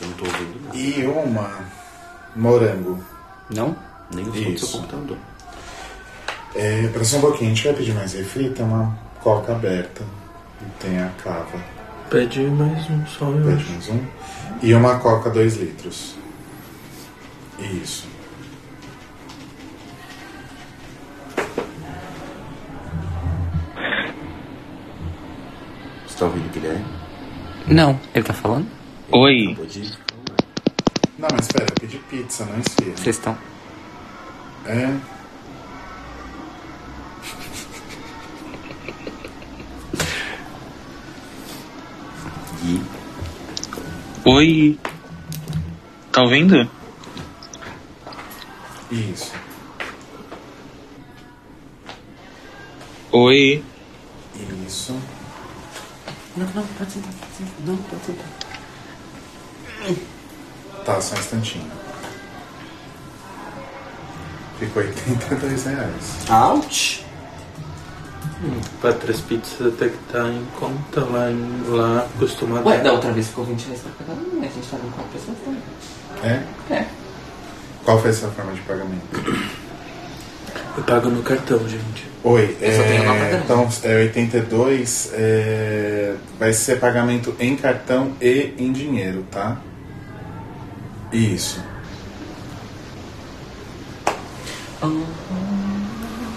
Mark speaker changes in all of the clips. Speaker 1: Eu não tô ouvindo nada.
Speaker 2: E uma morango.
Speaker 1: Não? Nem o som do seu
Speaker 2: Isso.
Speaker 1: computador.
Speaker 2: É, pera só um pouquinho, a gente vai pedir mais refri, tem uma coca aberta. E tem a cava.
Speaker 3: Pede mais um só, eu
Speaker 2: Pede
Speaker 3: acho.
Speaker 2: mais um. E uma coca 2 litros. Isso.
Speaker 1: Você tá ouvindo o Guilherme?
Speaker 4: Não, ele tá falando?
Speaker 5: Oi.
Speaker 1: Acabou de...
Speaker 2: Não, mas pera, eu pedi pizza, não esfirra.
Speaker 4: Vocês estão.
Speaker 2: É.
Speaker 1: Gui,
Speaker 5: Oi. Tá ouvindo?
Speaker 2: Isso.
Speaker 5: Oi.
Speaker 2: Isso.
Speaker 4: Não, não, pode sentar, pode sentar. Não, pode sentar.
Speaker 2: Tá, só um instantinho. Ficou 82 reais.
Speaker 1: Out!
Speaker 3: Pra três pizzas até que tá em conta lá, em- lá acostumado.
Speaker 4: Ué, da outra vez ficou 20 reais pra cada um, né? A gente tava em quatro pessoas também.
Speaker 2: É?
Speaker 4: É.
Speaker 2: Qual foi a sua forma de pagamento?
Speaker 3: Eu pago no cartão, gente.
Speaker 2: Oi,
Speaker 4: Eu só tenho nota
Speaker 2: é,
Speaker 4: grande.
Speaker 2: então é 82, é, vai ser pagamento em cartão e em dinheiro, tá? Isso.
Speaker 4: Uhum.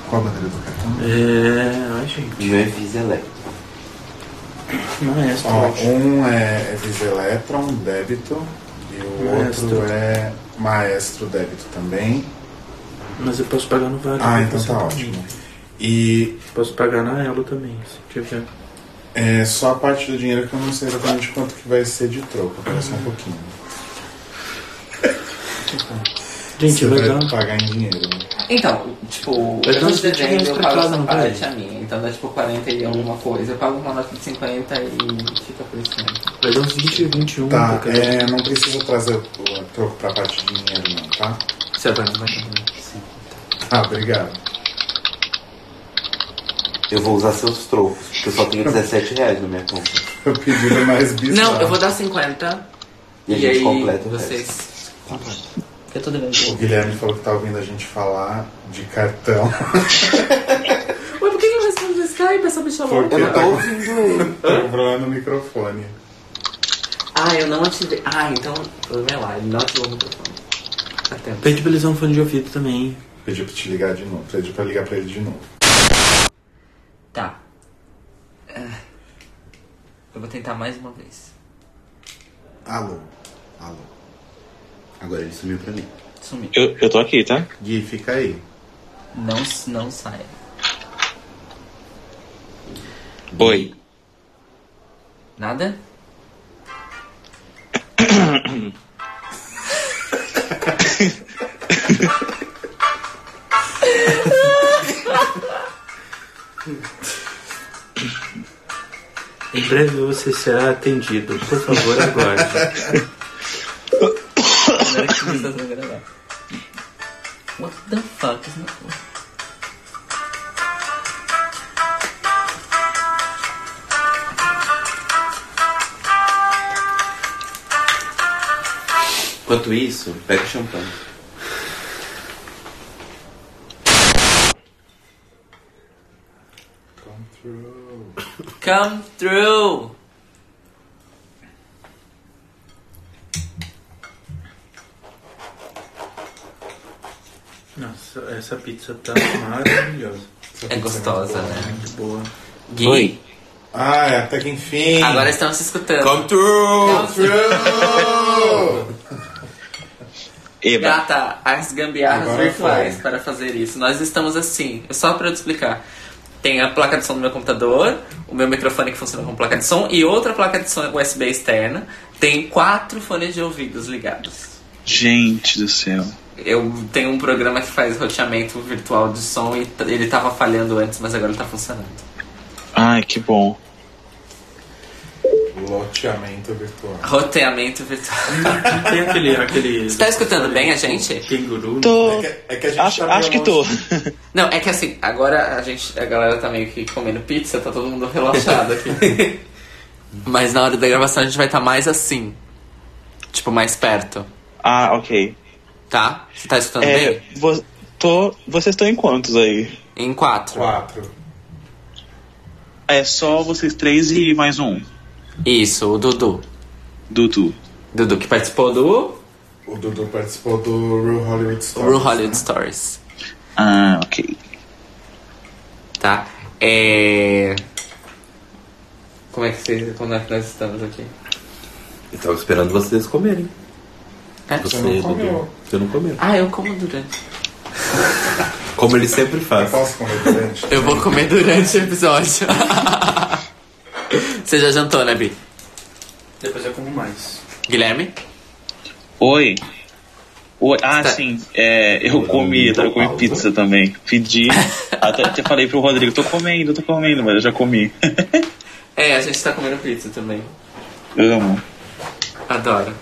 Speaker 2: Qual a bandeira do cartão?
Speaker 3: É. Ai, gente.
Speaker 1: Meu é Visa Electro.
Speaker 3: Maestro.
Speaker 2: Ó,
Speaker 3: ótimo.
Speaker 2: um é Visa Eletron, débito, e o
Speaker 3: Maestro.
Speaker 2: outro é Maestro, débito também.
Speaker 3: Mas eu posso pagar no Vale.
Speaker 2: Ah,
Speaker 3: né?
Speaker 2: então tá
Speaker 3: Você
Speaker 2: ótimo. E
Speaker 3: Posso pagar na Elo também, se tiver.
Speaker 2: É só a parte do dinheiro que eu não sei exatamente quanto que vai ser de troco, pera só um pouquinho.
Speaker 3: Gente,
Speaker 2: Você
Speaker 3: vai
Speaker 2: vai
Speaker 3: dar. um
Speaker 2: pagar em dinheiro. né?
Speaker 4: Então, tipo,
Speaker 3: Eu
Speaker 4: eu
Speaker 3: não
Speaker 4: tô
Speaker 3: sei se
Speaker 4: devendo,
Speaker 3: tinha
Speaker 4: eu pago
Speaker 3: explicado,
Speaker 4: essa
Speaker 3: não,
Speaker 4: parte
Speaker 3: peraí.
Speaker 4: a minha. Então dá tipo 40 e alguma coisa. Eu pago uma nota de 50 e fica por isso mesmo.
Speaker 3: Vai dar uns 20 e 21.
Speaker 2: Tá,
Speaker 3: porque-
Speaker 2: é, não precisa trazer eh, o o troco pra parte de dinheiro não, tá?
Speaker 4: Você vai não vai ter Sim.
Speaker 2: Tá, obrigado.
Speaker 1: Eu vou usar seus trocos, porque eu só tenho 17 reais na minha conta.
Speaker 2: O pedido mais bizarro.
Speaker 4: Não, eu vou dar 50
Speaker 1: E a
Speaker 4: e,
Speaker 1: gente
Speaker 4: aí
Speaker 1: completa o
Speaker 4: vocês. Eu tô devendo.
Speaker 2: O Guilherme falou que tá ouvindo a gente falar de cartão.
Speaker 4: Mas por que ele não responde no Skype É essa bicha
Speaker 2: Porque
Speaker 4: louca?
Speaker 1: Eu não tô
Speaker 2: tá
Speaker 1: ouvindo ele.
Speaker 2: com Tá um problema no microfone.
Speaker 4: Ah, eu não ativei. Ah, então. O problema é lá, ele não ativou o microfone. Tá tempo.
Speaker 3: Pede pra eles um fone de ouvido também.
Speaker 2: Pediu pra te ligar de novo, pediu pra ligar pra ele de novo.
Speaker 4: Tá. É. Eu vou tentar mais uma vez.
Speaker 2: Alô, alô.
Speaker 1: Agora ele sumiu pra mim.
Speaker 4: Sumir.
Speaker 5: Eu, eu tô aqui, tá?
Speaker 2: Gui, fica aí.
Speaker 4: Não, não saia.
Speaker 5: Oi.
Speaker 4: Nada?
Speaker 3: Em breve você será atendido. Por favor, aguarde.
Speaker 4: Agora que começou a gravar. What the fuck is not...
Speaker 1: Enquanto isso, pega o champanhe.
Speaker 4: Come through!
Speaker 3: Nossa, essa pizza tá maravilhosa. Tá
Speaker 4: É gostosa, né?
Speaker 3: Muito boa.
Speaker 4: Gui,
Speaker 5: Oi.
Speaker 2: Ah, até que enfim.
Speaker 1: é
Speaker 4: agora estamos se escutando.
Speaker 1: Come through!
Speaker 4: Come through!
Speaker 5: Eba.
Speaker 4: Gata, as gambiarras
Speaker 2: Agora
Speaker 4: virtuais
Speaker 2: foi.
Speaker 4: para fazer isso. Nós estamos assim, só para eu te explicar. Tem a placa de som do meu computador, o meu microfone que funciona como placa de som e outra placa de som USB externa. Tem quatro fones de ouvidos ligados.
Speaker 5: Gente do céu.
Speaker 4: Eu tenho um programa que faz roteamento virtual de som e t- ele tava falhando antes, mas agora ele tá funcionando.
Speaker 5: Ai, que bom.
Speaker 2: Loteamento virtual.
Speaker 4: Roteamento virtual.
Speaker 3: Tem aquele. aquele
Speaker 4: Você tá escutando bem a gente?
Speaker 3: Canguru.
Speaker 5: Tô.
Speaker 2: É que a gente
Speaker 5: Acho,
Speaker 2: tá meio
Speaker 5: acho que
Speaker 2: longe
Speaker 5: tô.
Speaker 4: Não, é que assim, agora a gente, a galera tá meio que comendo pizza, tá todo mundo relaxado aqui. Mas na hora da gravação a gente vai estar mais assim. tá Tipo, mais perto.
Speaker 5: Ah, ok.
Speaker 4: Tá? Você tá escutando
Speaker 5: É,
Speaker 4: bem?
Speaker 5: vo- tô, vocês estão em quantos aí?
Speaker 4: Em quatro.
Speaker 6: Quatro.
Speaker 5: É só vocês três e mais um.
Speaker 4: Isso, o Dudu.
Speaker 5: Dudu.
Speaker 4: Dudu que participou do
Speaker 6: O Dudu participou do Real Hollywood Stories.
Speaker 4: Real Hollywood Stories.
Speaker 5: Ah, ok.
Speaker 4: Tá? É. Como é que vocês. Como é que nós estamos aqui?
Speaker 1: Eu tava esperando vocês comerem.
Speaker 4: É?
Speaker 1: Você,
Speaker 6: não
Speaker 1: Dudu.
Speaker 6: comeu.
Speaker 1: Você não comeu.
Speaker 4: Ah, eu como durante.
Speaker 1: Como ele sempre faz.
Speaker 6: Eu posso comer durante?
Speaker 4: Eu vou comer durante o episódio. Você já jantou, né, Bi?
Speaker 3: Depois eu como mais.
Speaker 4: Guilherme?
Speaker 5: Oi. Oi. Ah,
Speaker 4: Tá.
Speaker 5: sim. É, eu comi, eu comi pizza também. Pedi. Até, até falei pro Rodrigo, tô comendo, tô comendo, mas eu já comi.
Speaker 4: É, a gente tá comendo pizza também.
Speaker 5: Amo.
Speaker 4: Adoro.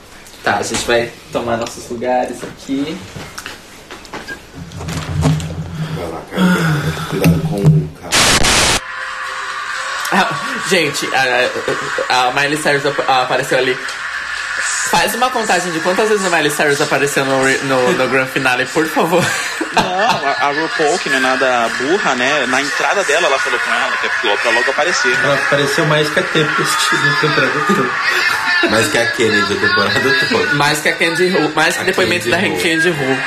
Speaker 4: Tá, a gente vai tomar nossos lugares aqui.
Speaker 1: Vai lá, cara. Cuidado com o cara.
Speaker 4: Ah, gente, a, a Miley Cyrus ap- apareceu ali. Faz uma contagem de quantas vezes a Miley Cyrus apareceu no, re- no, no Grand Finale, por favor.
Speaker 5: Não, a, Ah, a RuPaul, que não é nada burra, né? Na entrada dela, ela falou com ela, que é piloto pra logo aparecer.
Speaker 3: Ela pareceu mais que tipo a Tempest no temporada toda.
Speaker 1: Mas que é aquele da temporada toda.
Speaker 4: Mais que a Candy Ru, mais que
Speaker 1: A
Speaker 4: depoimento da
Speaker 1: Candy Ru.
Speaker 4: Candy Ru.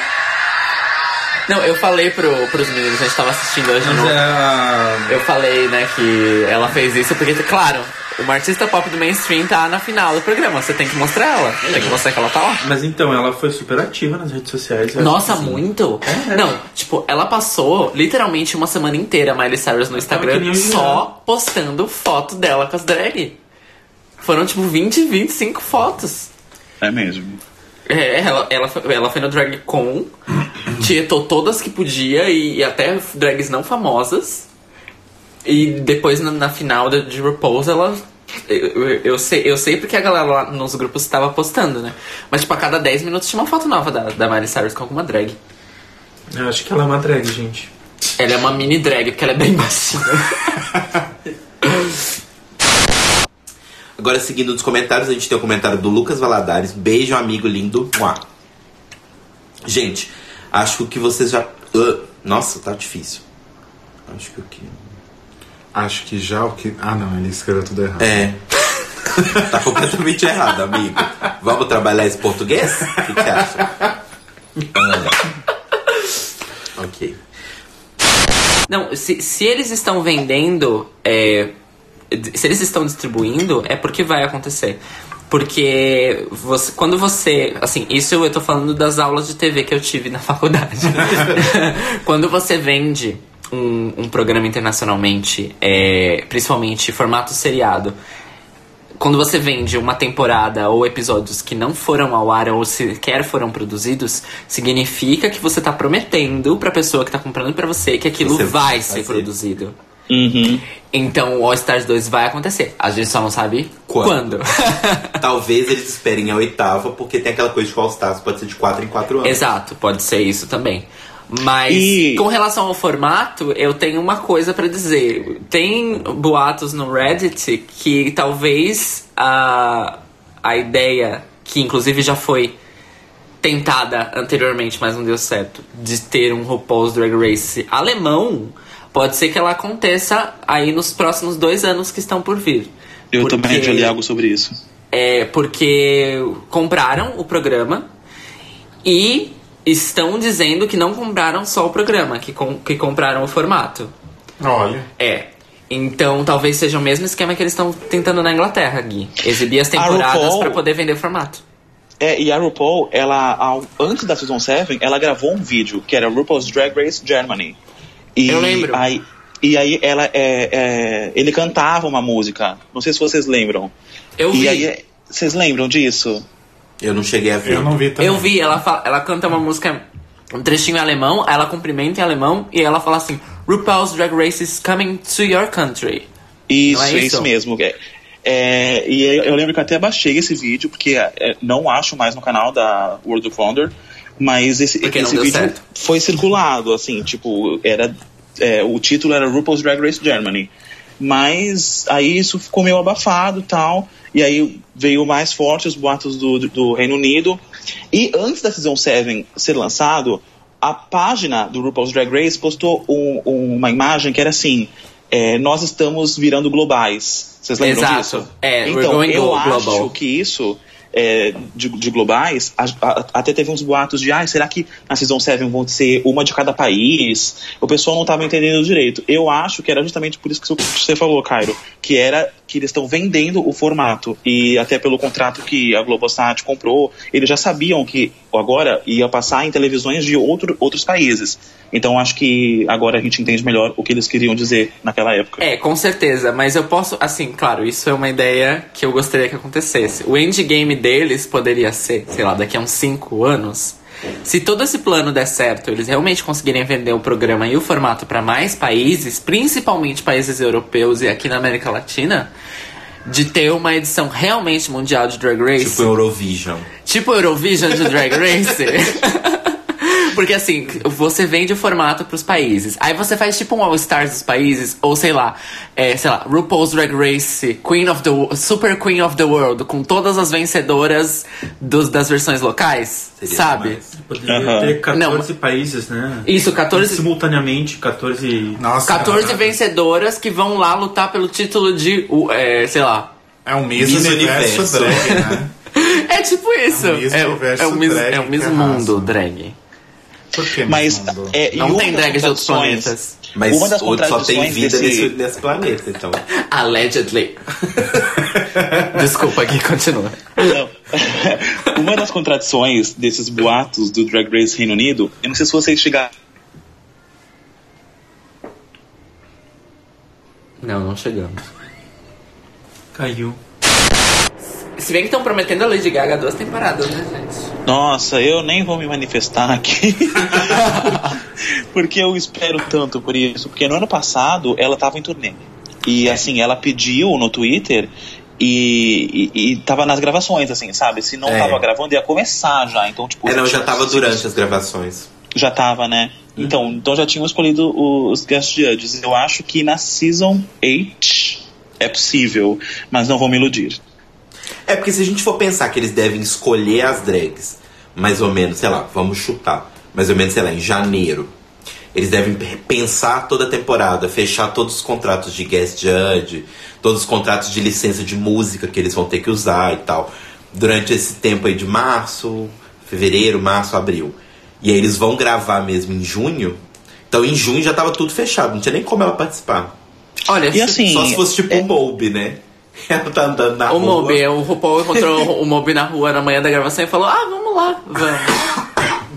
Speaker 4: Não, eu falei pro, pros meninos, a gente tava assistindo hoje
Speaker 3: Mas é,
Speaker 4: no,
Speaker 3: a...
Speaker 4: Eu falei, né, que ela fez isso porque, claro, uma artista pop do mainstream tá na final do programa. Você tem que mostrar ela. Tem que mostrar que ela tá lá.
Speaker 3: Mas então, ela foi super ativa nas redes sociais. eu
Speaker 4: Nossa,
Speaker 3: acho que sim.
Speaker 4: muito?
Speaker 3: É.
Speaker 4: Não, tipo, ela passou literalmente uma semana inteira, Miley Cyrus, no
Speaker 3: que
Speaker 4: Instagram,
Speaker 3: nem um
Speaker 4: só postando foto dela com as drag. Foram, tipo, 20, 25 fotos.
Speaker 5: É mesmo.
Speaker 4: É, ela, ela, foi- ela foi no Drag Con, tietou todas que podia e, e até drags não famosas. E depois na, na final de, de RuPaul's ela. Eu, eu- eu sei, eu sei porque a galera lá nos grupos tava postando, né? Mas, tipo, a cada 10 minutos tinha uma foto nova da, da Miley Cyrus com alguma drag.
Speaker 3: Eu acho que ela é uma drag, gente.
Speaker 4: Ela é uma mini drag, porque ela é bem baixinha.
Speaker 1: Agora, seguindo dos comentários, a gente tem o comentário do Lucas Valadares. Beijo, amigo lindo. Mua. Gente, acho que vocês já. Ah, nossa, tá difícil. Acho que o que.
Speaker 6: Acho que já o que. Ah, não, ele escreveu tudo errado.
Speaker 1: É. tá completamente errado, amigo. Vamos trabalhar esse português? O que, que você acha? Ah. ok.
Speaker 4: Não, se, se eles estão vendendo, é, se eles estão distribuindo, é porque vai acontecer. Porque você, quando você. Assim, isso eu tô falando das aulas de TV que eu tive na faculdade. quando você vende um, um programa internacionalmente, é, principalmente formato seriado, quando você vende uma temporada ou episódios que não foram ao ar ou sequer foram produzidos, significa que você tá prometendo pra pessoa que tá comprando pra você que aquilo
Speaker 1: Você
Speaker 4: vai
Speaker 1: vai
Speaker 4: ser
Speaker 1: fazer.
Speaker 4: produzido.
Speaker 5: Uhum.
Speaker 4: Então o All Stars 2 vai acontecer. A gente só não sabe quando.
Speaker 1: Quando. Talvez eles esperem a oitava, porque tem aquela coisa de qual status pode ser de 4 em 4 anos.
Speaker 4: Exato, pode ser isso também. Mas
Speaker 5: E-
Speaker 4: com relação ao formato, eu tenho uma coisa pra dizer. Tem boatos no Reddit que talvez a, a ideia, que inclusive já foi tentada anteriormente, mas não deu certo, de ter um RuPaul's Drag Race alemão, pode ser que ela aconteça aí nos próximos dois anos que estão por vir.
Speaker 5: Eu
Speaker 4: Porque-
Speaker 5: também já li algo sobre isso.
Speaker 4: é porque compraram o programa e estão dizendo que não compraram só o programa, que, com- que compraram o formato.
Speaker 6: Olha.
Speaker 4: É. Então talvez seja o mesmo esquema que eles estão tentando na Inglaterra, Gui. Exibir as
Speaker 5: A
Speaker 4: temporadas
Speaker 5: RuPaul-
Speaker 4: pra poder vender o formato.
Speaker 5: É, e a RuPaul, ela, ao- antes da Season 7, ela gravou um vídeo que era RuPaul's Drag Race Germany. E
Speaker 4: Eu lembro.
Speaker 5: Aí, e aí ela, é, é, ele cantava uma música. Não sei se vocês lembram.
Speaker 4: Eu
Speaker 5: e
Speaker 4: vi.
Speaker 5: aí, é, vocês lembram disso?
Speaker 1: Eu não cheguei a ver.
Speaker 6: Eu não vi também.
Speaker 4: Eu vi, ela, fa- ela canta uma música, um trechinho em alemão, aí ela cumprimenta em alemão e ela fala assim: RuPaul's Drag Race is coming to your country.
Speaker 5: Isso,
Speaker 4: Não é
Speaker 5: é isso,
Speaker 4: isso?
Speaker 5: mesmo. É, é, e eu, eu lembro que eu até baixei esse vídeo, porque é, não acho mais no canal da World of Wonder, mas esse,
Speaker 4: Porque não
Speaker 5: esse
Speaker 4: deu
Speaker 5: vídeo
Speaker 4: certo.
Speaker 5: foi circulado, assim, tipo, era, é, o título era RuPaul's Drag Race Germany. Mas aí isso ficou meio abafado e tal. E aí veio mais forte os boatos do, do, do Reino Unido. E antes da Season 7 ser lançado, a página do RuPaul's Drag Race postou um- um- uma imagem que era assim: é, Nós estamos virando globais. Vocês lembram
Speaker 4: Exato.
Speaker 5: disso?
Speaker 4: É, we're
Speaker 5: então,
Speaker 4: going
Speaker 5: eu
Speaker 4: glo-
Speaker 5: acho
Speaker 4: global.
Speaker 5: que isso. é, de, de globais, a- a- até teve uns boatos de ah, será que na Season 7 vão ser uma de cada país? O pessoal não estava entendendo direito. Eu acho que era justamente por isso que você falou, Cairo, que era que eles estão vendendo o formato. E até pelo contrato que a Globosat comprou, eles já sabiam que agora ia passar em televisões de outro, outros países. Então acho que agora a gente entende melhor o que eles queriam dizer naquela época.
Speaker 4: É, com certeza, mas eu posso, assim, claro, isso é uma ideia que eu gostaria que acontecesse. O endgame deles poderia ser, sei lá, daqui a uns 5 anos. Se todo esse plano der certo, eles realmente conseguirem vender o programa e o formato pra mais países, principalmente países europeus e aqui na América Latina, de ter uma edição realmente mundial de Drag Race.
Speaker 1: Tipo Eurovision.
Speaker 4: Tipo Eurovision de Drag Race. Porque assim, você vende o formato pros países. Aí você faz tipo um All Stars dos países, ou sei lá, é, sei lá, RuPaul's Drag Race, Queen of the Wo- Super Queen of the World, com todas as vencedoras dos- das versões locais,
Speaker 1: Seria
Speaker 4: sabe?
Speaker 1: demais.
Speaker 3: Poderia
Speaker 5: Aham.
Speaker 3: ter 14
Speaker 4: Não,
Speaker 3: países, né?
Speaker 4: Isso, 14,
Speaker 3: Simultaneamente, 14.
Speaker 2: é
Speaker 6: Nossa, é
Speaker 4: 14 vencedoras que vão lá lutar pelo título de, o- é, sei lá.
Speaker 6: É um Miss,
Speaker 1: Miss
Speaker 6: Universo,
Speaker 1: Universo.
Speaker 6: drag, né?
Speaker 4: É tipo isso.
Speaker 6: Miss
Speaker 4: É, o- é o
Speaker 6: Universo
Speaker 4: Miss,
Speaker 6: drag
Speaker 4: é o Miss
Speaker 6: que arrasa.
Speaker 4: Mundo drag.
Speaker 6: Por que Miss
Speaker 5: Mas
Speaker 6: Mundo?
Speaker 5: é, e
Speaker 4: Não
Speaker 5: uma
Speaker 4: tem
Speaker 5: das
Speaker 4: drag de outros
Speaker 5: contradições-
Speaker 4: planetas.
Speaker 1: Mas
Speaker 5: Uma das
Speaker 1: outro só tem
Speaker 5: contradições
Speaker 1: vida
Speaker 5: desse-
Speaker 1: nesse, nesse planeta, então.
Speaker 4: Allegedly. Desculpa, Gui, continua.
Speaker 5: Não. Uma das contradições desses boatos do Drag Race Reino Unido, eu não sei se vocês chegaram.
Speaker 4: Não, não chegamos.
Speaker 3: Caiu.
Speaker 4: Se bem que estão prometendo a Lady Gaga duas temporadas, né, gente?
Speaker 5: Nossa, eu nem vou me manifestar aqui. porque eu espero tanto por isso. Porque no ano passado ela estava em turnê. E
Speaker 1: É.
Speaker 5: assim, ela pediu no Twitter. E, e, e tava nas gravações, assim, sabe? Se não
Speaker 1: É.
Speaker 5: tava gravando, ia começar já. Então, tipo,
Speaker 1: É, não, já
Speaker 5: tinha-
Speaker 1: tava durante as gravações.
Speaker 5: Já tava, né? Então, então já tinham escolhido os guest judges. Eu acho que na Season 8 é possível, mas não vou me iludir.
Speaker 1: É porque se a gente for pensar que eles devem escolher as drags, mais ou menos, sei lá, vamos chutar, mais ou menos, sei lá, em janeiro. Eles devem pe- pensar toda a temporada, fechar todos os contratos de guest judge, todos os contratos de licença de música que eles vão ter que usar e tal. Durante esse tempo aí de março, fevereiro, março, abril. E aí eles vão gravar mesmo em junho. Então em junho já tava tudo fechado, não tinha nem como ela participar.
Speaker 4: Olha,
Speaker 5: E assim,
Speaker 1: Só se fosse tipo o Moby, né? Ela tá andando na
Speaker 4: é. o
Speaker 1: rua.
Speaker 4: Moby, o RuPaul encontrou o Moby na rua na manhã da gravação e falou: Ah, vamos lá, vamos.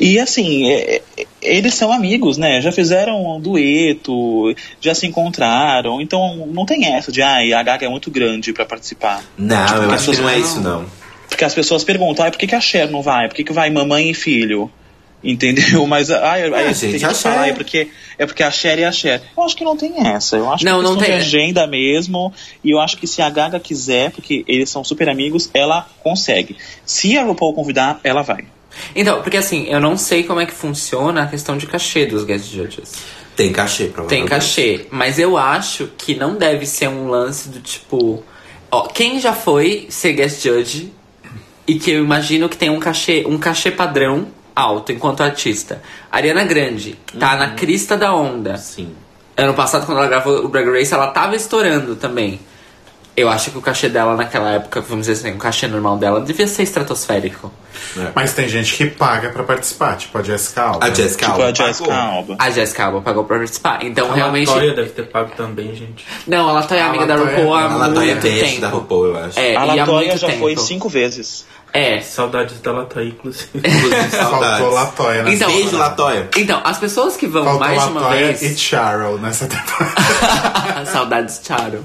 Speaker 5: e assim, é- é- eles são amigos, né? Já fizeram um dueto, já se encontraram. Então não tem essa de, ai, a Gaga é muito grande pra participar.
Speaker 1: Não, eu
Speaker 5: que
Speaker 1: acho que não é
Speaker 5: não.
Speaker 1: isso, não.
Speaker 5: Porque as pessoas perguntam, ai, por que, que a Cher não vai? Por que, que vai mamãe e filho? Entendeu? Mas ai, ai, tem
Speaker 1: É, gente,
Speaker 5: gente
Speaker 1: a
Speaker 5: que fala,
Speaker 1: Cher-
Speaker 5: ai, porque, é porque a Cher é a Cher. Eu acho que não tem essa. Eu acho
Speaker 4: Não,
Speaker 5: que é
Speaker 4: não
Speaker 5: questão
Speaker 4: tem.
Speaker 5: de agenda mesmo. E eu acho que se a Gaga quiser, porque eles são super amigos, ela consegue. Se a RuPaul convidar, ela vai.
Speaker 4: Então, porque assim, eu não sei como é que funciona a questão de cachê dos guest judges.
Speaker 1: Tem cachê,
Speaker 4: Tem
Speaker 1: provavelmente.
Speaker 4: cachê, mas eu acho que não deve ser um lance do tipo. Ó, quem já foi ser guest judge e que eu imagino que tem um cachê, um cachê padrão alto enquanto artista. Ariana Grande, que tá
Speaker 1: Uhum.
Speaker 4: na crista da onda.
Speaker 1: Sim.
Speaker 4: Ano passado, quando ela gravou o Drag Race, ela tava estourando também. Eu acho que o cachê dela naquela época, vamos dizer assim, o cachê normal dela devia ser estratosférico.
Speaker 6: Mas tem gente que paga pra participar, tipo a Jessica Alba.
Speaker 1: A Jessica
Speaker 5: tipo a
Speaker 1: Alba
Speaker 5: Jessica
Speaker 1: pagou.
Speaker 5: Alba.
Speaker 4: A Jessica Alba pagou pra participar, então
Speaker 3: A
Speaker 4: realmente...
Speaker 3: Latoya deve ter pago também, gente.
Speaker 4: Não, ela tá é
Speaker 6: A
Speaker 4: amiga da
Speaker 6: Latoya-
Speaker 4: RuPaul há
Speaker 1: A
Speaker 6: A
Speaker 1: Latoya
Speaker 4: muito
Speaker 1: Teste
Speaker 4: tempo.
Speaker 1: da RuPaul, eu acho.
Speaker 4: É,
Speaker 5: A
Speaker 4: e há
Speaker 5: Latoya
Speaker 4: muito
Speaker 5: já
Speaker 4: tempo.
Speaker 5: foi cinco vezes.
Speaker 4: É.
Speaker 3: Saudades da Latoya, inclusive.
Speaker 1: Inclusive,
Speaker 6: Faltou
Speaker 1: saudades.
Speaker 6: Latoya nessa
Speaker 4: Então-
Speaker 1: Beijo,
Speaker 6: temporada.
Speaker 1: Latoya.
Speaker 4: Então, as pessoas que vão
Speaker 6: Faltou
Speaker 4: mais de uma
Speaker 6: Latoya
Speaker 4: vez...
Speaker 6: e Charol nessa temporada.
Speaker 4: Saudades, Charo.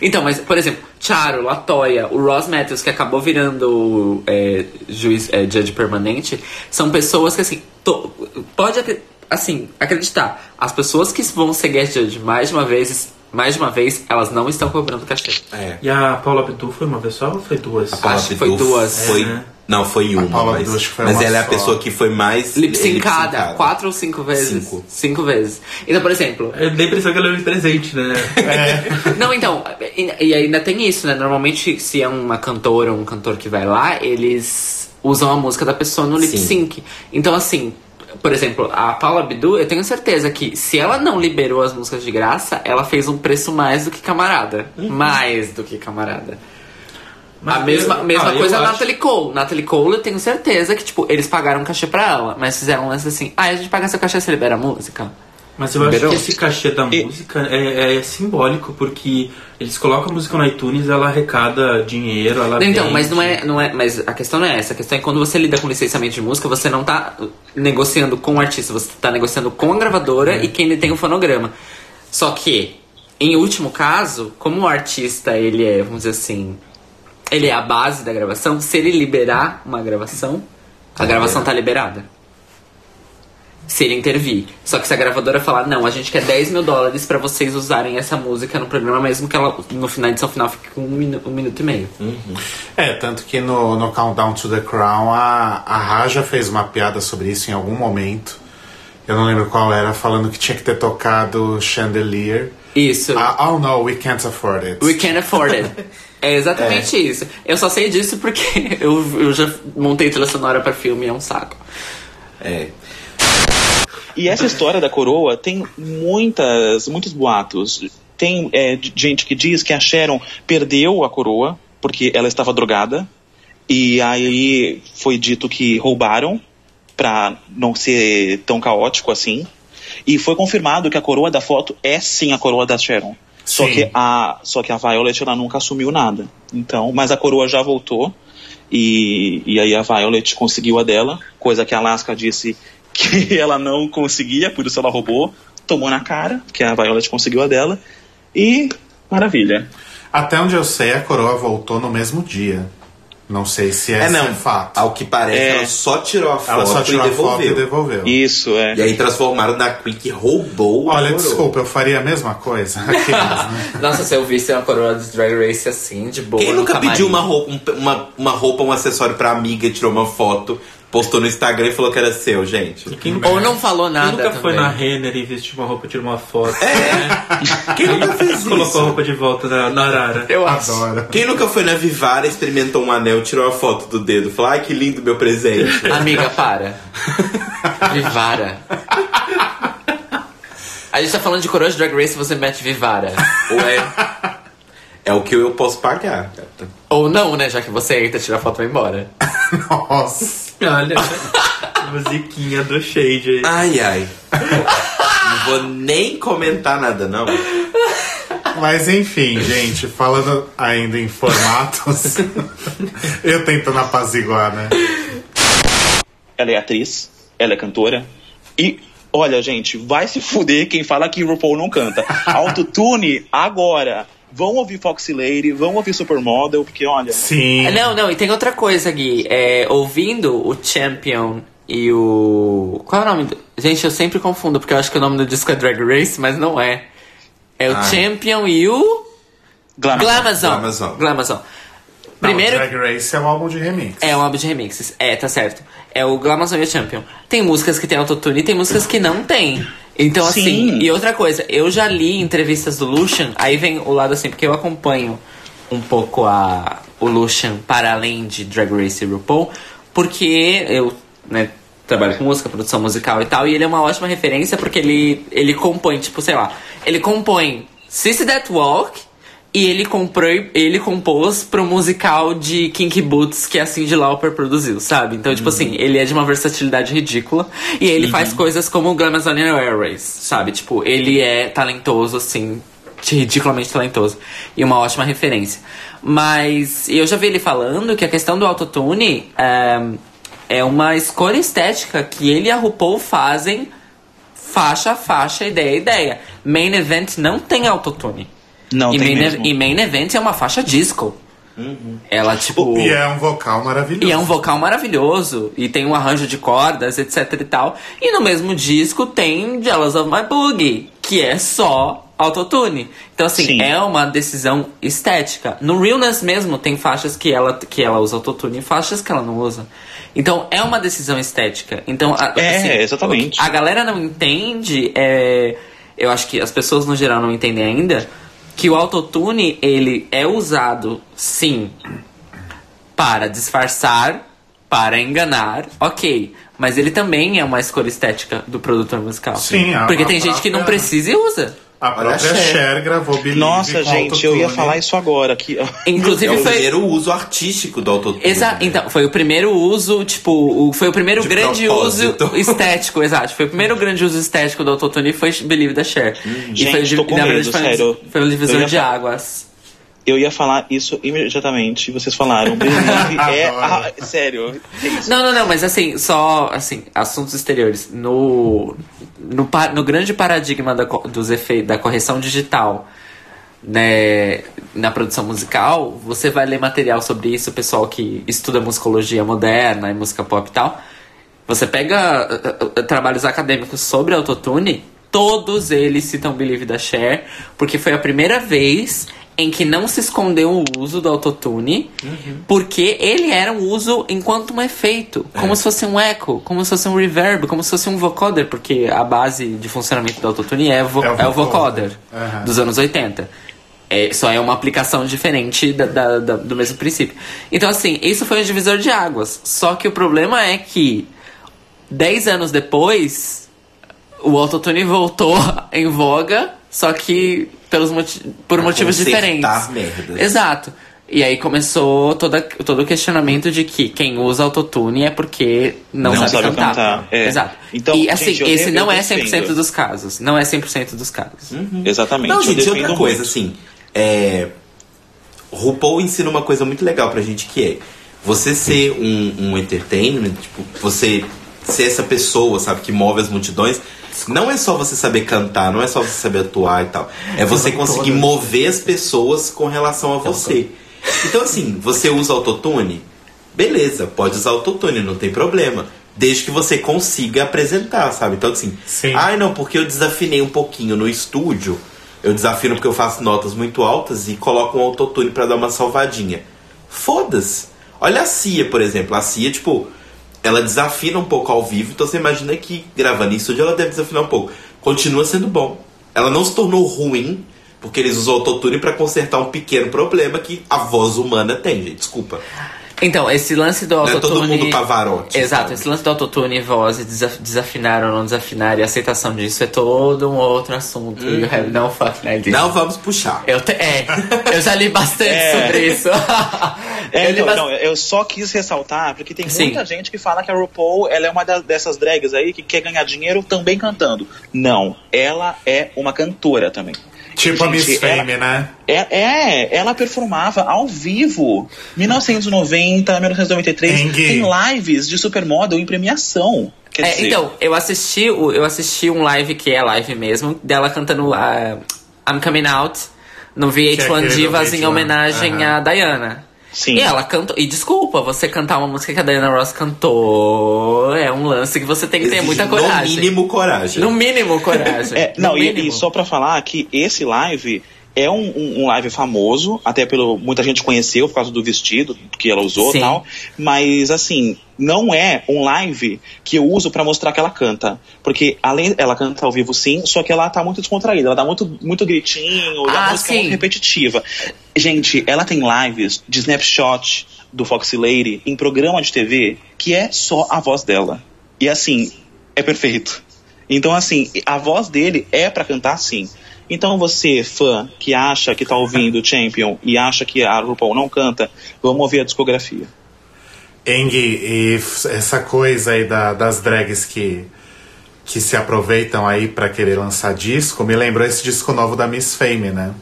Speaker 4: Então, mas, por exemplo, Charo, Latoya, o Ross Matthews, que acabou virando é, juiz, é, judge permanente, são pessoas que, assim, to- pode, acre- assim, acreditar. As pessoas que vão ser guest judge mais de uma vez, mais de uma vez, elas não estão cobrando cachê.
Speaker 1: É.
Speaker 3: E a Paula Abdu foi uma vez só ou foi duas?
Speaker 1: Paula
Speaker 4: Acho que foi
Speaker 1: Abdul
Speaker 4: duas.
Speaker 1: Foi
Speaker 3: É, né?
Speaker 1: Não, foi uma.
Speaker 6: Paula
Speaker 1: mas
Speaker 6: Abdul, acho que foi
Speaker 1: mas
Speaker 6: uma
Speaker 1: ela é a
Speaker 6: só.
Speaker 1: pessoa que foi mais.
Speaker 4: Lipsincada,
Speaker 1: lipsincada.
Speaker 4: quatro ou cinco vezes.
Speaker 1: Cinco.
Speaker 4: vezes. Então, por exemplo.
Speaker 3: Eu dei a impressão que ela é um presente, né?
Speaker 4: não, então, e, e ainda tem isso, né? Normalmente, se é uma cantora ou um cantor que vai lá, eles usam a música da pessoa no lip
Speaker 1: Sim.
Speaker 4: sync. Então, assim, por exemplo, a Paula Abdu, eu tenho certeza que se ela não liberou as músicas de graça, ela fez um preço mais do que camarada.
Speaker 3: Uhum.
Speaker 4: Mais do que camarada. a mesma,
Speaker 3: eu-
Speaker 4: mesma
Speaker 3: ah, eu
Speaker 4: coisa a
Speaker 3: acho-
Speaker 4: Natalie Cole. Natalie Cole, eu tenho certeza que, tipo, eles pagaram cachê pra ela, mas fizeram um lance assim: ah, a gente paga seu cachê, você libera a música.
Speaker 3: Mas eu acho
Speaker 4: Liberou?
Speaker 3: que esse cachê da
Speaker 5: E-
Speaker 3: música é, é simbólico, porque eles colocam a música no iTunes, ela arrecada dinheiro, ela
Speaker 4: Então,
Speaker 3: vende.
Speaker 4: mas não é, não é. Mas a questão não é essa. A questão é que quando você lida com licenciamento de música, você não tá negociando com o artista, você tá negociando com a gravadora e quem detém o fonograma. Só que, em último caso, como o artista ele é, vamos dizer assim, ele é a base da gravação, se ele liberar uma gravação, a gravação tá liberada. Se ele intervir. Só que se a gravadora falar, não, a gente quer 10 mil dólares pra vocês usarem essa música no programa, mesmo que ela no final, edição final fique com um, minu- um minuto e meio.
Speaker 2: É, tanto que no, no Countdown to the Crown a, a Raja fez uma piada sobre isso em algum momento. Eu não lembro qual era, falando que tinha que ter tocado Chandelier.
Speaker 4: Isso.
Speaker 2: Ah, oh no, we can't afford it.
Speaker 4: We can't afford it. É exatamente isso. Eu só sei disso porque eu, eu já montei trilha sonora pra filme, é um saco.
Speaker 1: É.
Speaker 5: E essa história da coroa tem muitas, muitos boatos. Tem é, de- gente que diz que a Sharon perdeu a coroa porque ela estava drogada. E aí foi dito que roubaram pra não ser tão caótico assim. E foi confirmado que a coroa da foto é sim a coroa da Sharon. Só
Speaker 2: Sim.
Speaker 5: que, a, só que a Violet ela nunca assumiu nada. Então, mas a coroa já voltou. E, e aí a Violet conseguiu a dela, coisa que a Alaska disse que ela não conseguia, por isso ela roubou, tomou na cara, que a Violet conseguiu a dela. E maravilha.
Speaker 2: Até onde eu sei, a coroa voltou no mesmo dia. Não sei se esse é,
Speaker 1: É, não.
Speaker 2: fato.
Speaker 1: Ao que parece,
Speaker 5: É.
Speaker 1: ela só tirou a foto,
Speaker 2: Ela só tirou
Speaker 1: e
Speaker 2: a foto
Speaker 1: devolveu.
Speaker 2: e devolveu.
Speaker 5: Isso é.
Speaker 1: E aí transformaram na Queen que roubou a
Speaker 2: Olha,
Speaker 1: coroa.
Speaker 2: desculpa, eu faria a mesma coisa. Aquelas, né?
Speaker 4: Nossa, se eu visse uma coroa de Drag Race assim, de boa.
Speaker 1: Quem
Speaker 4: no
Speaker 1: nunca
Speaker 4: camarim.
Speaker 1: pediu uma roupa, um, uma, uma roupa, um acessório pra amiga e tirou uma foto, postou no Instagram e falou que era seu, gente?
Speaker 3: Quem,
Speaker 4: Ou não falou
Speaker 3: quem
Speaker 4: nada
Speaker 3: nunca foi
Speaker 4: também. É.
Speaker 3: na Renner e vestiu uma roupa, tirou uma foto. né?
Speaker 1: Quem nunca fez
Speaker 3: colocou a
Speaker 1: isso?
Speaker 3: roupa de volta na, na arara.
Speaker 4: Eu acho.
Speaker 2: Adoro.
Speaker 1: Quem nunca foi na Vivara, experimentou um anel, tirou a foto do dedo, falou, ai que lindo meu presente.
Speaker 4: Amiga, para. Vivara. A gente tá falando de coroa de Drag Race você mete Vivara.
Speaker 1: Ué, é o que eu posso pagar, gata.
Speaker 4: Ou não, né? Já que você entra, tira a foto e vai embora.
Speaker 2: Nossa.
Speaker 3: Olha, musiquinha do Shade
Speaker 4: Ah,
Speaker 3: aí.
Speaker 1: Ai, ai. não vou nem comentar nada, não.
Speaker 4: Tipo,
Speaker 2: Mas enfim, gente, falando ainda em formatos, eu tentando apaziguar, né?
Speaker 5: Ela é atriz, ela é cantora. E olha, gente, vai se fuder quem fala que RuPaul não canta. Autotune agora. Vão ouvir Foxy Lady, vão ouvir Supermodel, porque olha.
Speaker 2: Sim.
Speaker 4: Ah, Não, não, e tem outra coisa, Gui. É, ouvindo o Champion e o. Qual é o nome? Do... Gente, eu sempre confundo, porque eu acho que o nome do disco é Drag Race, mas não é. É o
Speaker 1: Ah.
Speaker 4: Champion e o.
Speaker 5: Glamazon.
Speaker 4: Glamazon.
Speaker 1: Glamazon.
Speaker 4: Glamazon.
Speaker 2: Não,
Speaker 4: Primeiro.
Speaker 2: Drag Race é um álbum de remix.
Speaker 4: É um álbum de remixes. É, tá certo. É o Glamazon e o Champion. Tem músicas que tem autotune e tem músicas que não tem. Então, assim,
Speaker 5: Sim.
Speaker 4: e outra coisa, eu já li entrevistas do Lucian, aí vem o lado assim, porque eu acompanho um pouco a, o Lucian para além de Drag Race e RuPaul, porque eu, né, trabalho com música, produção musical e tal, e ele é uma ótima referência porque ele, ele compõe, tipo, sei lá, ele compõe Sissy That Walk, e ele comprou, ele compôs pro musical de Kinky Boots que é a Cyndi Lauper produziu, sabe? Então, tipo assim, ele é de uma versatilidade ridícula. E ele faz coisas como o Glamazon Airways, sabe? Tipo, ele é talentoso, assim, de ridiculamente talentoso. E uma ótima referência. Mas eu já vi ele falando que a questão do autotune é, é uma escolha estética que ele e a RuPaul fazem faixa a faixa, ideia a ideia. Main Event não tem autotune
Speaker 5: Não
Speaker 4: e,
Speaker 5: tem
Speaker 4: main
Speaker 5: mesmo.
Speaker 4: e Main Event é uma faixa disco. Ela, tipo.
Speaker 2: E é um vocal maravilhoso.
Speaker 4: E é um vocal maravilhoso. E tem um arranjo de cordas, etc e tal. E no mesmo disco tem Jealous of My Boogie, que é só autotune. Então, assim,
Speaker 5: Sim.
Speaker 4: é uma decisão estética. No Realness mesmo, tem faixas que ela, que ela usa autotune e faixas que ela não usa. Então, é uma decisão estética. Então, a-
Speaker 5: É,
Speaker 4: assim,
Speaker 5: exatamente.
Speaker 4: A galera não entende, é, eu acho que as pessoas no geral não entendem ainda, que o autotune, ele é usado, sim, para disfarçar, para enganar, ok. Mas ele também é uma escolha estética do produtor musical.
Speaker 2: Sim, a-
Speaker 4: Porque
Speaker 2: a
Speaker 4: tem gente que
Speaker 1: é.
Speaker 4: não
Speaker 2: própria-
Speaker 4: precisa e usa.
Speaker 2: A própria
Speaker 1: Cher.
Speaker 2: Cher. gravou Believe
Speaker 5: Nossa,
Speaker 2: com
Speaker 5: gente, eu ia
Speaker 2: autotune.
Speaker 5: falar isso agora. Que...
Speaker 1: É
Speaker 4: Inclusive
Speaker 1: o
Speaker 4: foi.
Speaker 1: primeiro uso artístico do né? autotune.
Speaker 4: Exa então, foi o primeiro uso, tipo, o- foi o primeiro
Speaker 1: De
Speaker 4: grande
Speaker 1: propósito.
Speaker 4: uso estético, exato. Foi o primeiro grande uso estético do autotune foi Believe da Cher.
Speaker 1: Hum.
Speaker 5: Gente,
Speaker 4: foi, o di-
Speaker 5: tô com
Speaker 4: na
Speaker 5: medo,
Speaker 4: foi, um-
Speaker 5: sério.
Speaker 4: foi um
Speaker 5: Eu
Speaker 4: divisor
Speaker 5: ia
Speaker 4: de
Speaker 5: fa-
Speaker 4: águas.
Speaker 5: Eu ia falar isso imediatamente. Vocês falaram. Believe é.
Speaker 2: Adoro.
Speaker 5: ah, sério. é isso.
Speaker 4: Não, não, não, mas assim, só assim, assuntos exteriores. No, no, pa- no grande paradigma da, co- dos efeitos, da correção digital né, na produção musical, você vai ler material sobre isso, o pessoal que estuda musicologia moderna e música pop e tal. Você pega uh, uh, uh, trabalhos acadêmicos sobre autotune, todos eles citam Believe da Cher, porque foi a primeira vez em que não se escondeu o uso do autotune,
Speaker 2: Uhum.
Speaker 4: porque ele era um uso enquanto um efeito,
Speaker 2: É.
Speaker 4: como se fosse um eco, como se fosse um reverb, como se fosse um vocoder, porque a base de funcionamento do autotune é, vo
Speaker 2: É o
Speaker 4: é o vocoder
Speaker 2: vocoder. Aham.
Speaker 4: dos anos 80. É, só é uma aplicação diferente da- da- da- do mesmo princípio. Então, assim, isso foi um divisor de águas. Só que o problema é que 10 anos depois, o autotune voltou em voga, só que pelos moti- por
Speaker 1: Pra
Speaker 4: motivos
Speaker 1: É consertar
Speaker 4: diferentes.
Speaker 1: merdas.
Speaker 4: Exato. E aí começou toda, todo o questionamento de que quem usa autotune é porque não,
Speaker 5: Não
Speaker 4: sabe,
Speaker 5: sabe
Speaker 4: cantar.
Speaker 5: cantar, é.
Speaker 4: Exato.
Speaker 5: Então,
Speaker 4: e assim,
Speaker 5: gente, eu
Speaker 4: esse
Speaker 5: de-
Speaker 4: não
Speaker 5: eu
Speaker 4: é 100%
Speaker 5: defendo.
Speaker 4: dos casos. Não é 100% dos casos.
Speaker 5: Exatamente.
Speaker 1: Não,
Speaker 5: eu
Speaker 1: gente,
Speaker 5: defendo
Speaker 1: outra
Speaker 5: muito.
Speaker 1: coisa, assim. É, RuPaul ensina uma coisa muito legal pra gente que é você ser um, um entertainment, tipo, você ser essa pessoa, sabe, que move as multidões. Não é só você saber cantar, não é só você saber atuar e tal. É você conseguir mover as pessoas com relação a você. Então, assim, você usa autotune? Beleza, pode usar autotune, não tem problema. Desde que você consiga apresentar, sabe? Então, assim,
Speaker 2: Sim.
Speaker 1: ai não, porque eu desafinei um pouquinho no estúdio. Eu desafino porque eu faço notas muito altas e coloco um autotune pra dar uma salvadinha. Foda-se. Olha a Cia, por exemplo. A Cia, tipo, ela desafina um pouco ao vivo, então você imagina que gravando em estúdio ela deve desafinar um pouco. Continua sendo bom. Ela não se tornou ruim porque eles usam autotune pra consertar um pequeno problema que a voz humana tem, gente. Desculpa.
Speaker 4: Então, esse lance do
Speaker 1: Não é
Speaker 4: autotune...
Speaker 1: todo mundo Pavarotti.
Speaker 4: Exato,
Speaker 1: sabe?
Speaker 4: esse lance do autotune e voz, e desa- desafinar ou não desafinar, e a aceitação disso é todo um outro assunto. You have no fucking idea.
Speaker 1: Não vamos puxar.
Speaker 4: Eu te- é, eu já li bastante
Speaker 5: É.
Speaker 4: sobre isso.
Speaker 5: É,
Speaker 4: eu li
Speaker 5: então,
Speaker 4: bas-
Speaker 5: não, eu só quis ressaltar, porque tem
Speaker 4: Sim.
Speaker 5: muita gente que fala que a RuPaul ela é uma da- dessas drags aí que quer ganhar dinheiro também cantando. Não, ela é uma cantora também.
Speaker 2: Tipo a Miss
Speaker 5: Gente, ela-
Speaker 2: Fame, né?
Speaker 5: É, é, ela performava ao vivo 1990, 1993.
Speaker 2: Engue.
Speaker 5: Tem lives de supermodel em premiação. Quer
Speaker 4: É,
Speaker 5: dizer,
Speaker 4: então, eu assisti, o- eu assisti um live que é live mesmo, dela cantando ah, I'm Coming Out no
Speaker 2: Que é
Speaker 4: VH1
Speaker 2: aquele do
Speaker 4: Divas em
Speaker 2: VH1,
Speaker 4: homenagem
Speaker 2: aham.
Speaker 4: à Diana.
Speaker 5: Sim.
Speaker 4: E ela cantou. E desculpa, você cantar uma música que a Diana Ross cantou é um lance que você tem que ter
Speaker 1: Exige,
Speaker 4: muita
Speaker 1: No
Speaker 4: coragem.
Speaker 1: mínimo, coragem.
Speaker 4: No mínimo, coragem.
Speaker 5: É,
Speaker 4: No
Speaker 5: não, e- e,
Speaker 4: mínimo.
Speaker 5: só pra falar que esse live é um, um- um live famoso, até pelo muita gente conheceu por causa do vestido que ela usou
Speaker 4: Sim.
Speaker 5: e tal, mas assim, não é um live que eu uso pra mostrar que ela canta, porque além ela canta ao vivo sim, só que ela tá muito descontraída, ela dá muito muito gritinho, e
Speaker 4: Ah,
Speaker 5: a música é
Speaker 4: sim.
Speaker 5: muito repetitiva. Gente, ela tem lives de snapshot do Foxy Lady em programa de TV que é só a voz dela. E assim, é perfeito. Então, assim, a voz dele é pra cantar sim. Então, você, fã, que acha que tá ouvindo Champion e acha que a RuPaul não canta, vamos ouvir a discografia.
Speaker 2: Eng, e f- essa coisa aí da- das drags que, que se aproveitam aí pra querer lançar disco, me lembrou esse disco novo da Miss Fame, né?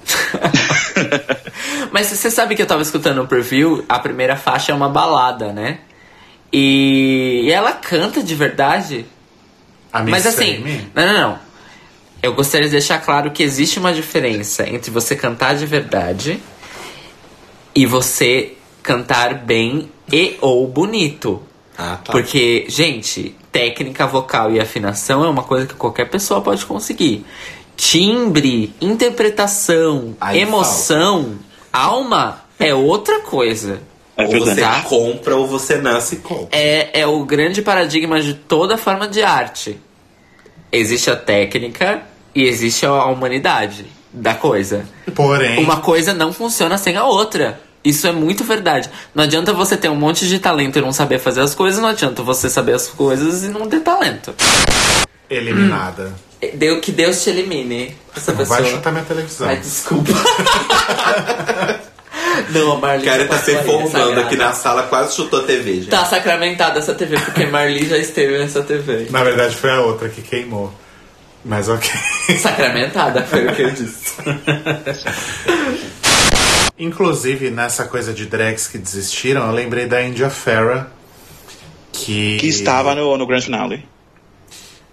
Speaker 4: Mas você sabe que eu tava escutando o preview, a primeira faixa é uma balada, né? E, e ela canta de verdade.
Speaker 2: A Miss
Speaker 4: Mas assim,
Speaker 2: Fame.
Speaker 4: não, não, não. Eu gostaria de deixar claro que existe uma diferença entre você cantar de verdade e você cantar bem e ou bonito.
Speaker 1: Ah, tá.
Speaker 4: Porque, gente, técnica vocal e afinação é uma coisa que qualquer pessoa pode conseguir. Timbre, interpretação,
Speaker 1: Aí
Speaker 4: emoção, alma é outra coisa.
Speaker 5: É
Speaker 1: ou
Speaker 5: verdade.
Speaker 1: você
Speaker 4: Tá.
Speaker 1: compra ou você nasce com.
Speaker 4: É, é o grande paradigma de toda forma de arte. Existe a técnica e existe a humanidade da coisa.
Speaker 2: Porém,
Speaker 4: Uma coisa não funciona sem a outra. Isso é muito verdade. Não adianta você ter um monte de talento e não saber fazer as coisas, não adianta você saber as coisas e não ter talento.
Speaker 2: eliminada.
Speaker 4: É, Deu que Deus te elimine. Essa
Speaker 2: Não
Speaker 4: pessoa.
Speaker 2: vai chutar minha televisão.
Speaker 4: Ai, desculpa. não, a
Speaker 1: O
Speaker 4: Marli.
Speaker 1: cara
Speaker 4: já
Speaker 1: tá
Speaker 4: passou
Speaker 1: se
Speaker 4: aí,
Speaker 1: formando
Speaker 4: é sagrada.
Speaker 1: aqui na sala, quase chutou a TV, gente.
Speaker 4: Tá sacramentada essa TV, porque Marli já esteve nessa TV.
Speaker 2: Na verdade, foi a outra que queimou. Mas ok.
Speaker 4: Sacramentada, foi o que eu disse.
Speaker 2: Inclusive, nessa coisa de drags que desistiram, eu lembrei da India Farah. Que...
Speaker 5: Que estava no, no grande finale.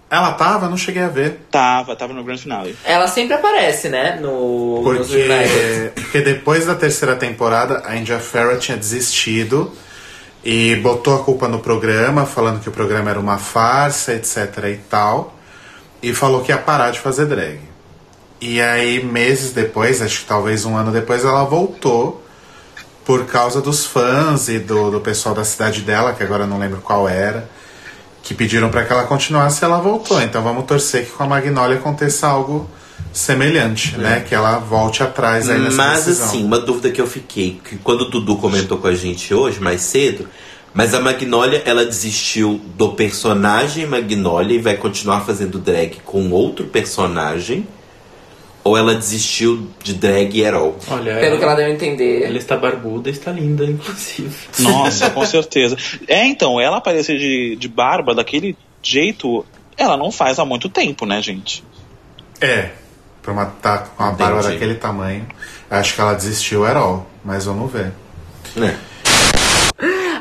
Speaker 2: Ela tava? Não cheguei a ver.
Speaker 5: Tava, tava no grande finale.
Speaker 4: Ela sempre aparece, né? No, nos
Speaker 2: Porque,
Speaker 4: United.
Speaker 2: porque depois da terceira temporada, a India Farah tinha desistido e botou a culpa no programa, falando que o programa era uma farsa, etc e tal. E falou que ia parar de fazer drag. E aí, meses depois, acho que talvez um ano depois, ela voltou por causa dos fãs e do, do pessoal da cidade dela, que agora eu não lembro qual era, que pediram para que ela continuasse e ela voltou. Então vamos torcer que com a Magnólia aconteça algo semelhante, né? Que ela volte atrás aí nessa
Speaker 1: Mas
Speaker 2: decisão.
Speaker 1: assim, uma dúvida que eu fiquei, que quando o Dudu comentou com a gente hoje, mais cedo, mas a Magnólia, ela desistiu do personagem Magnólia e vai continuar fazendo drag com outro personagem? Ou ela desistiu de drag at all?
Speaker 3: Olha,
Speaker 4: Pelo que ela deu a
Speaker 3: ela
Speaker 4: entender.
Speaker 3: está barbuda e está linda, inclusive.
Speaker 5: Nossa, com certeza. É, então, ela aparecer de, de barba daquele jeito, ela não faz há muito tempo, né, gente?
Speaker 2: É, pra uma, tá com uma barba
Speaker 1: Entendi.
Speaker 2: daquele tamanho. Acho que ela desistiu, era all, mas vamos ver.
Speaker 1: É.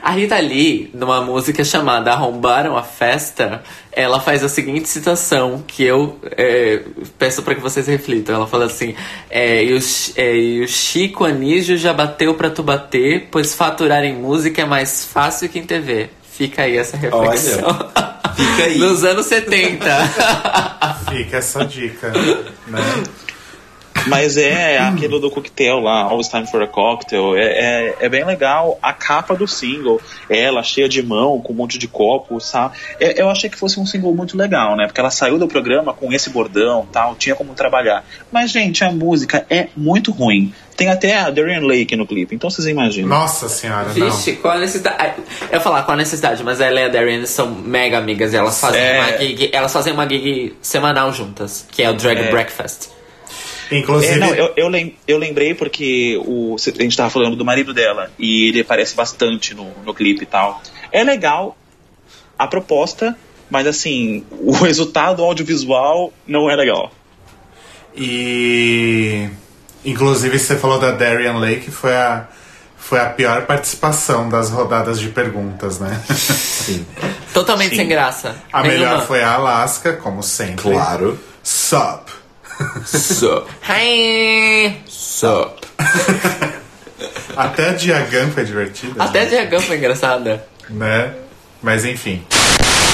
Speaker 4: A Rita Lee, numa música chamada Arrombaram a Festa, ela faz a seguinte citação que eu é, peço pra que vocês reflitam. Ela fala assim: é, e, o, Chi- é, e o Chico Anísio já bateu pra tu bater, pois faturar em música é mais fácil que em TV. Fica aí essa reflexão.
Speaker 1: Fica aí.
Speaker 4: Nos anos 70.
Speaker 2: Fica essa dica, né?
Speaker 5: Mas é aquele do coquetel lá, Always Time for a Cocktail. É, é, é bem legal a capa do single. Ela cheia de mão, com um monte de copo, sabe? É, eu achei que fosse um single muito legal, né? Porque ela saiu do programa com esse bordão tal, tinha como trabalhar. Mas, gente, a música é muito ruim. Tem até a Darian Lake no clipe, então vocês imaginam.
Speaker 2: Nossa senhora,
Speaker 4: Vixe, qual a necessidade? Ai, Eu ia falar qual a necessidade, mas ela e a Darian são mega amigas e elas fazem,
Speaker 5: É.
Speaker 4: uma, gig, elas fazem uma gig semanal juntas, que é o Drag
Speaker 5: É.
Speaker 4: Breakfast.
Speaker 2: não. Inclusive,
Speaker 5: É, não, eu, eu, lem- eu lembrei porque o, a gente tava falando do marido dela e ele aparece bastante no, no clipe e tal. É legal a proposta, mas assim, o resultado audiovisual não é legal.
Speaker 2: E inclusive você falou da Darian Lake, foi a foi a pior participação das rodadas de perguntas, né?
Speaker 4: Totalmente
Speaker 5: Sim.
Speaker 4: sem graça.
Speaker 2: A
Speaker 4: Nenhuma.
Speaker 2: melhor foi a Alaska, como sempre.
Speaker 1: Claro.
Speaker 2: Sup.
Speaker 1: Sup.
Speaker 4: Hi!
Speaker 1: Sup.
Speaker 2: Até a Diagan foi divertida.
Speaker 4: Até a
Speaker 2: gente,
Speaker 4: Diagão foi engraçada.
Speaker 2: né? Mas enfim.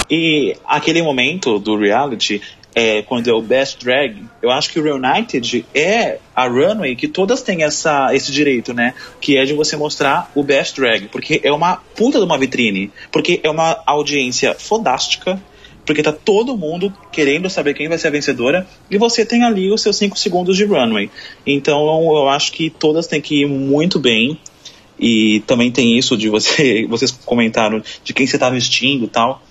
Speaker 5: E aquele momento do reality, é, quando é o Best Drag, eu acho que o Reunited é a runway que todas têm essa, esse direito, né? Que é de você mostrar o Best Drag. Porque é uma puta de uma vitrine. Porque é uma audiência fodástica. Porque tá todo mundo querendo saber quem vai ser a vencedora. E você tem ali os seus 5 segundos de runway. Então eu acho que todas têm que ir muito bem. E também tem isso de você, vocês comentaram de quem você tá vestindo e tal.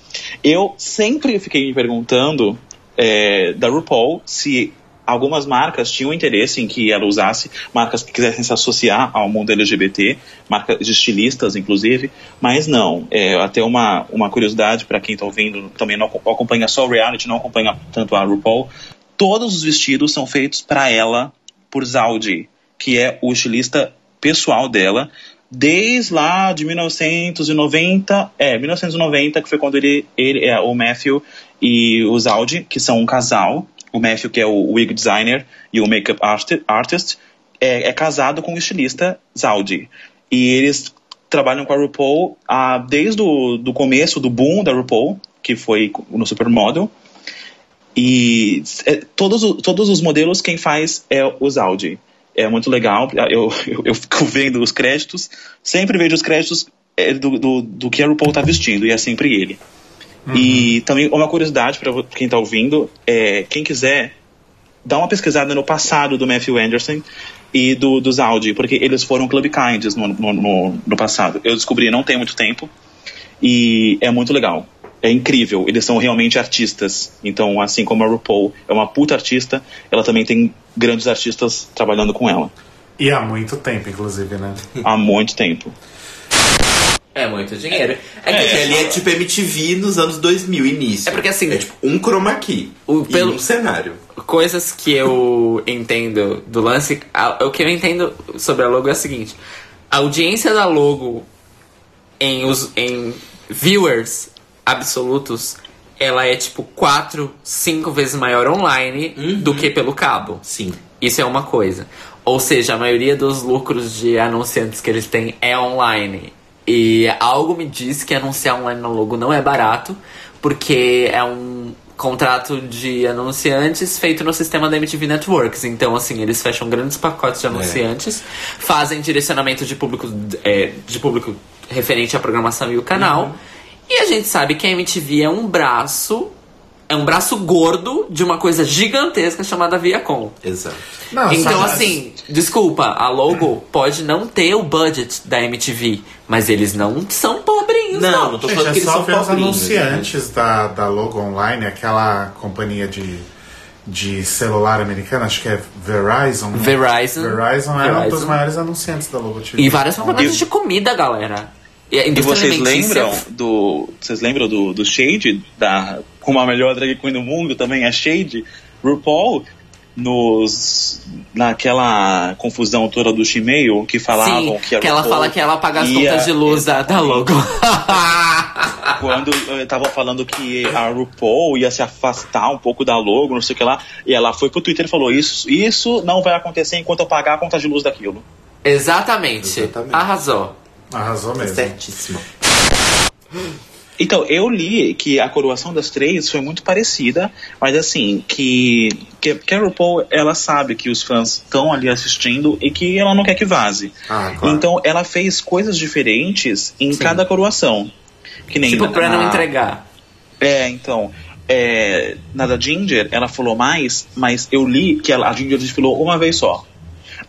Speaker 5: Eu sempre fiquei me perguntando é, da RuPaul se algumas marcas tinham interesse em que ela usasse, marcas que quisessem se associar ao mundo LGBT, marcas de estilistas, inclusive, mas não. É, até uma, uma curiosidade para quem está ouvindo, também não acom- acompanha só o reality, não acompanha tanto a RuPaul, todos os vestidos são feitos para ela por Zaldi, que é o estilista pessoal dela, desde lá de 1990, é, 1990, que foi quando ele, ele é, o Matthew e o Zaldi, que são um casal, o Matthew que é o wig designer e o makeup arti- artist, é, é casado com o estilista Zaldi. E eles trabalham com a RuPaul ah, desde o do começo do boom da RuPaul, que foi no Supermodel, E é, todos, o- todos os modelos quem faz é o Zaudi. É muito legal. Eu, eu, eu fico vendo os créditos, sempre vejo os créditos é, do, do, do que a RuPaul tá vestindo, e é sempre ele. E também uma curiosidade para quem tá ouvindo, é, quem quiser, dá uma pesquisada no passado do Matthew Anderson e do, do Zaudi, porque eles foram Club Kinds no, no, no, no passado. Eu descobri não tem muito tempo, e é muito legal. É incrível, eles são realmente artistas. Então, assim como a RuPaul é uma puta artista, ela também tem grandes artistas trabalhando com ela
Speaker 2: E há muito tempo, inclusive, né?
Speaker 5: há muito tempo.
Speaker 4: É muito dinheiro. É,
Speaker 1: Porque
Speaker 4: que,
Speaker 1: ali é tipo MTV nos anos 2000, início.
Speaker 4: É porque, assim,
Speaker 1: É tipo um chroma key
Speaker 4: O-
Speaker 1: e
Speaker 4: pelo-
Speaker 1: um cenário.
Speaker 4: coisas que eu entendo do lance. a- o que eu entendo sobre a logo é o seguinte: a audiência da logo em, os, em viewers absolutos ela é tipo 4, 5 vezes maior online do que pelo cabo.
Speaker 1: Sim.
Speaker 4: Isso é uma coisa. Ou seja, a maioria dos lucros de anunciantes que eles têm é online. E algo me diz que anunciar online no logo não é barato, porque é um contrato de anunciantes feito no sistema da MTV Networks. Então, assim, eles fecham grandes pacotes de anunciantes, fazem direcionamento de público, é, de público referente à programação e o canal. E a gente sabe que a MTV é um braço, é um braço gordo de uma coisa gigantesca chamada Viacom.
Speaker 1: Exato.
Speaker 2: Não,
Speaker 4: Então,
Speaker 2: só-
Speaker 4: assim, desculpa, a logo pode não ter o budget da MTV, mas eles não são pobrinhos, não.
Speaker 1: Não, não tô
Speaker 2: Gente,
Speaker 1: falando
Speaker 2: é
Speaker 1: que eles
Speaker 2: só
Speaker 1: são
Speaker 2: ver os
Speaker 1: pobrinhos, né?
Speaker 2: anunciantes da, da Logo Online, aquela companhia de, de celular americana, acho que é Verizon. né?
Speaker 4: Verizon.
Speaker 2: Verizon era um dos
Speaker 4: Verizon.
Speaker 2: maiores anunciantes da Logo TV.
Speaker 4: E várias propagandas
Speaker 5: E-
Speaker 4: de comida, galera. E, a
Speaker 5: E
Speaker 4: indústria
Speaker 5: vocês
Speaker 4: alimentícia-
Speaker 5: lembram do. Vocês lembram do, do Shade? Da, como a melhor drag queen do mundo também é Shade? RuPaul nos. naquela confusão toda do Gmail que falavam
Speaker 4: Sim,
Speaker 5: que a
Speaker 4: que ela
Speaker 5: RuPaul
Speaker 4: fala que ela paga as
Speaker 5: ia-
Speaker 4: contas de luz da, da logo.
Speaker 5: quando eh, tava falando que a RuPaul ia se afastar um pouco da logo, não sei o que lá, e ela foi pro Twitter e falou: Isso, isso não vai acontecer enquanto eu pagar a conta de luz daquilo.
Speaker 4: Exatamente.
Speaker 1: Exatamente.
Speaker 4: Arrasou.
Speaker 2: Arrasou
Speaker 1: Né?
Speaker 2: mesmo.
Speaker 1: Certíssimo.
Speaker 5: Então, eu li que a coroação das três foi muito parecida, mas assim, que, que, que a RuPaul, ela sabe que os fãs estão ali assistindo e que ela não quer que vaze.
Speaker 2: Ah, claro.
Speaker 5: Então, ela fez coisas diferentes em cada coroação. Que nem
Speaker 4: Tipo,
Speaker 5: na-
Speaker 4: pra não
Speaker 5: na-
Speaker 4: entregar.
Speaker 5: É, então. É, na da Ginger, ela falou mais, mas eu li que ela- a Ginger desfilou uma vez só.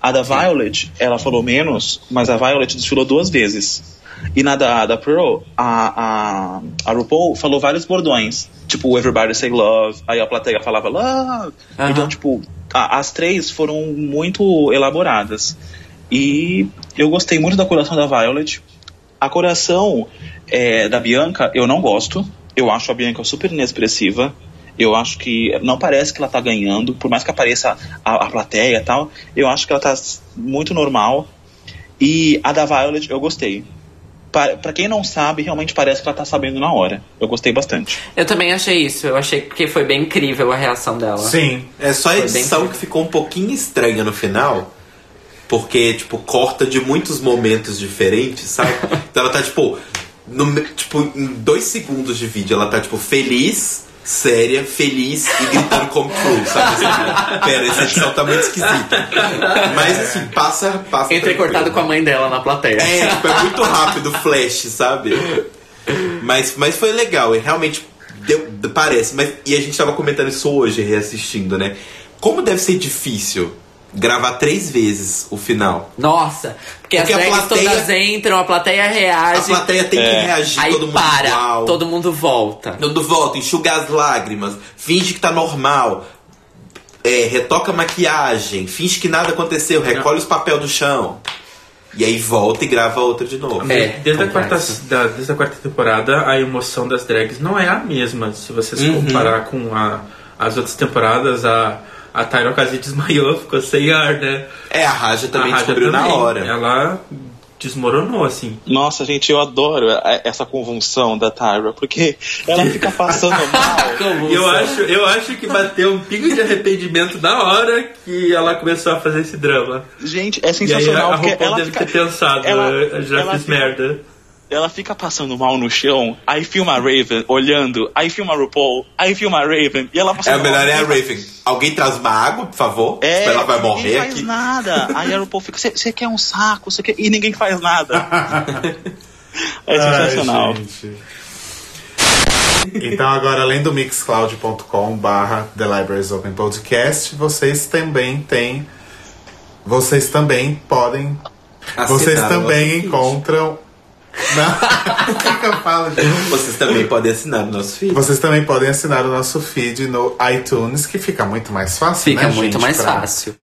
Speaker 5: A da Violet, ela falou menos, mas a Violet desfilou duas vezes. E na da, da Pearl, a, a, a RuPaul falou vários bordões. Tipo, Everybody Say Love, aí a plateia falava Love.
Speaker 4: Aham.
Speaker 5: Então, tipo, a- as três foram muito elaboradas. E eu gostei muito da coração da Violet. A coração é, da Bianca, eu não gosto. Eu acho a Bianca super inexpressiva. Eu acho que não parece que ela tá ganhando, por mais que apareça a, a plateia e tal. Eu acho que ela tá s- muito normal. E a da Violet, eu gostei. Pa- Pra quem não sabe, realmente parece que ela tá sabendo na hora. Eu gostei bastante.
Speaker 4: Eu também achei isso. Eu achei que foi bem incrível a reação dela.
Speaker 2: Sim.
Speaker 1: É só a
Speaker 4: Foi bem
Speaker 1: edição
Speaker 4: feito.
Speaker 1: que ficou um pouquinho estranha no final. Porque, tipo, corta de muitos momentos diferentes, sabe? então ela tá, tipo, no me- tipo, em dois segundos de vídeo, ela tá, tipo, feliz, séria, feliz e gritando como true, sabe? Assim, tipo, Pera, essa edição tá muito esquisita. Mas, assim, passa, passa.
Speaker 4: Entrecortado
Speaker 1: tranquilo.
Speaker 4: com a mãe dela na plateia.
Speaker 1: É, tipo, é muito rápido o flash, sabe? Mas, mas foi legal, e realmente deu- parece. Mas, e a gente tava comentando isso hoje, reassistindo, né? Como deve ser difícil gravar três vezes o final.
Speaker 4: Nossa, porque,
Speaker 1: Porque
Speaker 4: as
Speaker 1: a
Speaker 4: drags
Speaker 1: plateia-
Speaker 4: todas entram, a plateia
Speaker 1: A
Speaker 4: reage,
Speaker 1: plateia tem
Speaker 3: É.
Speaker 1: que reagir,
Speaker 4: aí
Speaker 1: todo mundo
Speaker 4: para,
Speaker 1: igual.
Speaker 4: todo mundo volta.
Speaker 1: Todo volta, enxuga as lágrimas, finge que tá normal. É, retoca a maquiagem, finge que nada aconteceu, recolhe os papel do chão. E aí volta e grava outra de novo.
Speaker 4: É,
Speaker 3: desde, a quarta,
Speaker 4: complexo.
Speaker 3: da- desde a quarta temporada, a emoção das drags não é a mesma. Se vocês
Speaker 5: Uhum.
Speaker 3: comparar com a- as outras temporadas, a, a Tyra quase desmaiou, ficou sem ar, né?
Speaker 1: É, a Raja também
Speaker 3: a Raja
Speaker 1: descobriu na
Speaker 3: também.
Speaker 1: hora.
Speaker 3: Ela desmoronou, assim.
Speaker 5: Nossa, gente, eu adoro a- essa convulsão da Tyra, porque ela fica passando mal.
Speaker 4: Como
Speaker 3: Eu
Speaker 4: são?
Speaker 3: acho, eu acho que bateu um pico de arrependimento na hora que ela começou a fazer esse drama.
Speaker 5: Gente, é
Speaker 3: E aí a
Speaker 5: sensacional,
Speaker 3: a
Speaker 5: porque
Speaker 3: RuPaul
Speaker 5: ela
Speaker 3: deve
Speaker 5: fica.
Speaker 3: ter pensado,
Speaker 5: ela-
Speaker 3: "Eu já
Speaker 5: ela
Speaker 3: fiz
Speaker 5: fica-
Speaker 3: merda.
Speaker 5: ela fica passando mal no chão, aí filma a Raven olhando, aí filma a RuPaul, aí filma a Raven, e ela passa
Speaker 1: É, o
Speaker 5: mal.
Speaker 1: melhor é a Raven. Alguém traz uma água, por favor?
Speaker 5: É,
Speaker 1: ela vai
Speaker 5: ninguém
Speaker 1: morrer
Speaker 5: faz
Speaker 1: aqui.
Speaker 5: nada. Aí a RuPaul fica, você quer um saco, você quer... E ninguém faz nada. é sensacional.
Speaker 2: Ai, gente. Então agora, além do mixcloud.com barra The Libraries Open Podcast, vocês também têm... Vocês também podem... vocês
Speaker 1: Assinaram
Speaker 2: também
Speaker 1: nosso feed.
Speaker 2: encontram... Não, o que que eu falo, gente?
Speaker 1: Vocês também podem assinar o nosso feed.
Speaker 2: Vocês também podem assinar o nosso feed no iTunes, que fica muito mais fácil,
Speaker 4: Fica
Speaker 2: né,
Speaker 4: muito
Speaker 2: gente,
Speaker 4: mais
Speaker 2: pra-
Speaker 4: fácil.